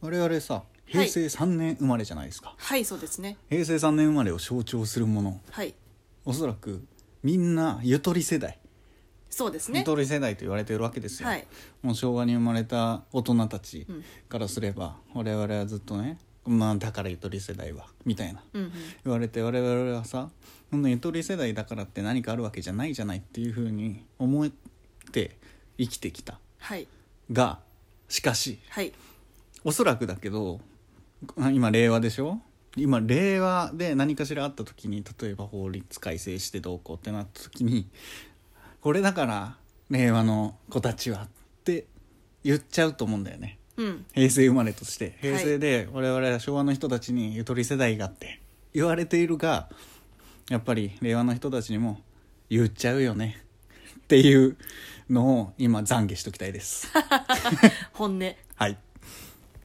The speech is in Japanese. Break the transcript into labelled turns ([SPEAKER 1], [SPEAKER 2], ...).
[SPEAKER 1] 我々さ平成3年生まれじゃないですか、
[SPEAKER 2] はいそうですね
[SPEAKER 1] 平成3年生まれを象徴するもの
[SPEAKER 2] はい
[SPEAKER 1] おそらくみんなゆとり世代、
[SPEAKER 2] そうです
[SPEAKER 1] ゆ
[SPEAKER 2] ね
[SPEAKER 1] とり世代と言われているわけですよ、
[SPEAKER 2] はい
[SPEAKER 1] もう昭和に生まれた大人たち
[SPEAKER 2] うん
[SPEAKER 1] からすれば、我々はずっとねまあだからゆとり世代はみたいな
[SPEAKER 2] うんうん
[SPEAKER 1] 言われて我々はさそんなゆとり世代だからって何かあるわけじゃないじゃないっていうふうに思って生きてきた
[SPEAKER 2] はい
[SPEAKER 1] がしかし
[SPEAKER 2] はい
[SPEAKER 1] おそらくだけどあ今令和でしょ今令和で何かしらあった時に例えば法律改正してどうこうってなった時にこれだから令和の子たちはって言っちゃうと思うんだよね
[SPEAKER 2] うん
[SPEAKER 1] 平成生まれとして
[SPEAKER 2] はい
[SPEAKER 1] 平成で我々は昭和の人たちにゆとり世代がって言われているがやっぱり令和の人たちにも言っちゃうよね っていうのを今懺悔しときたいです。
[SPEAKER 2] 本音
[SPEAKER 1] はい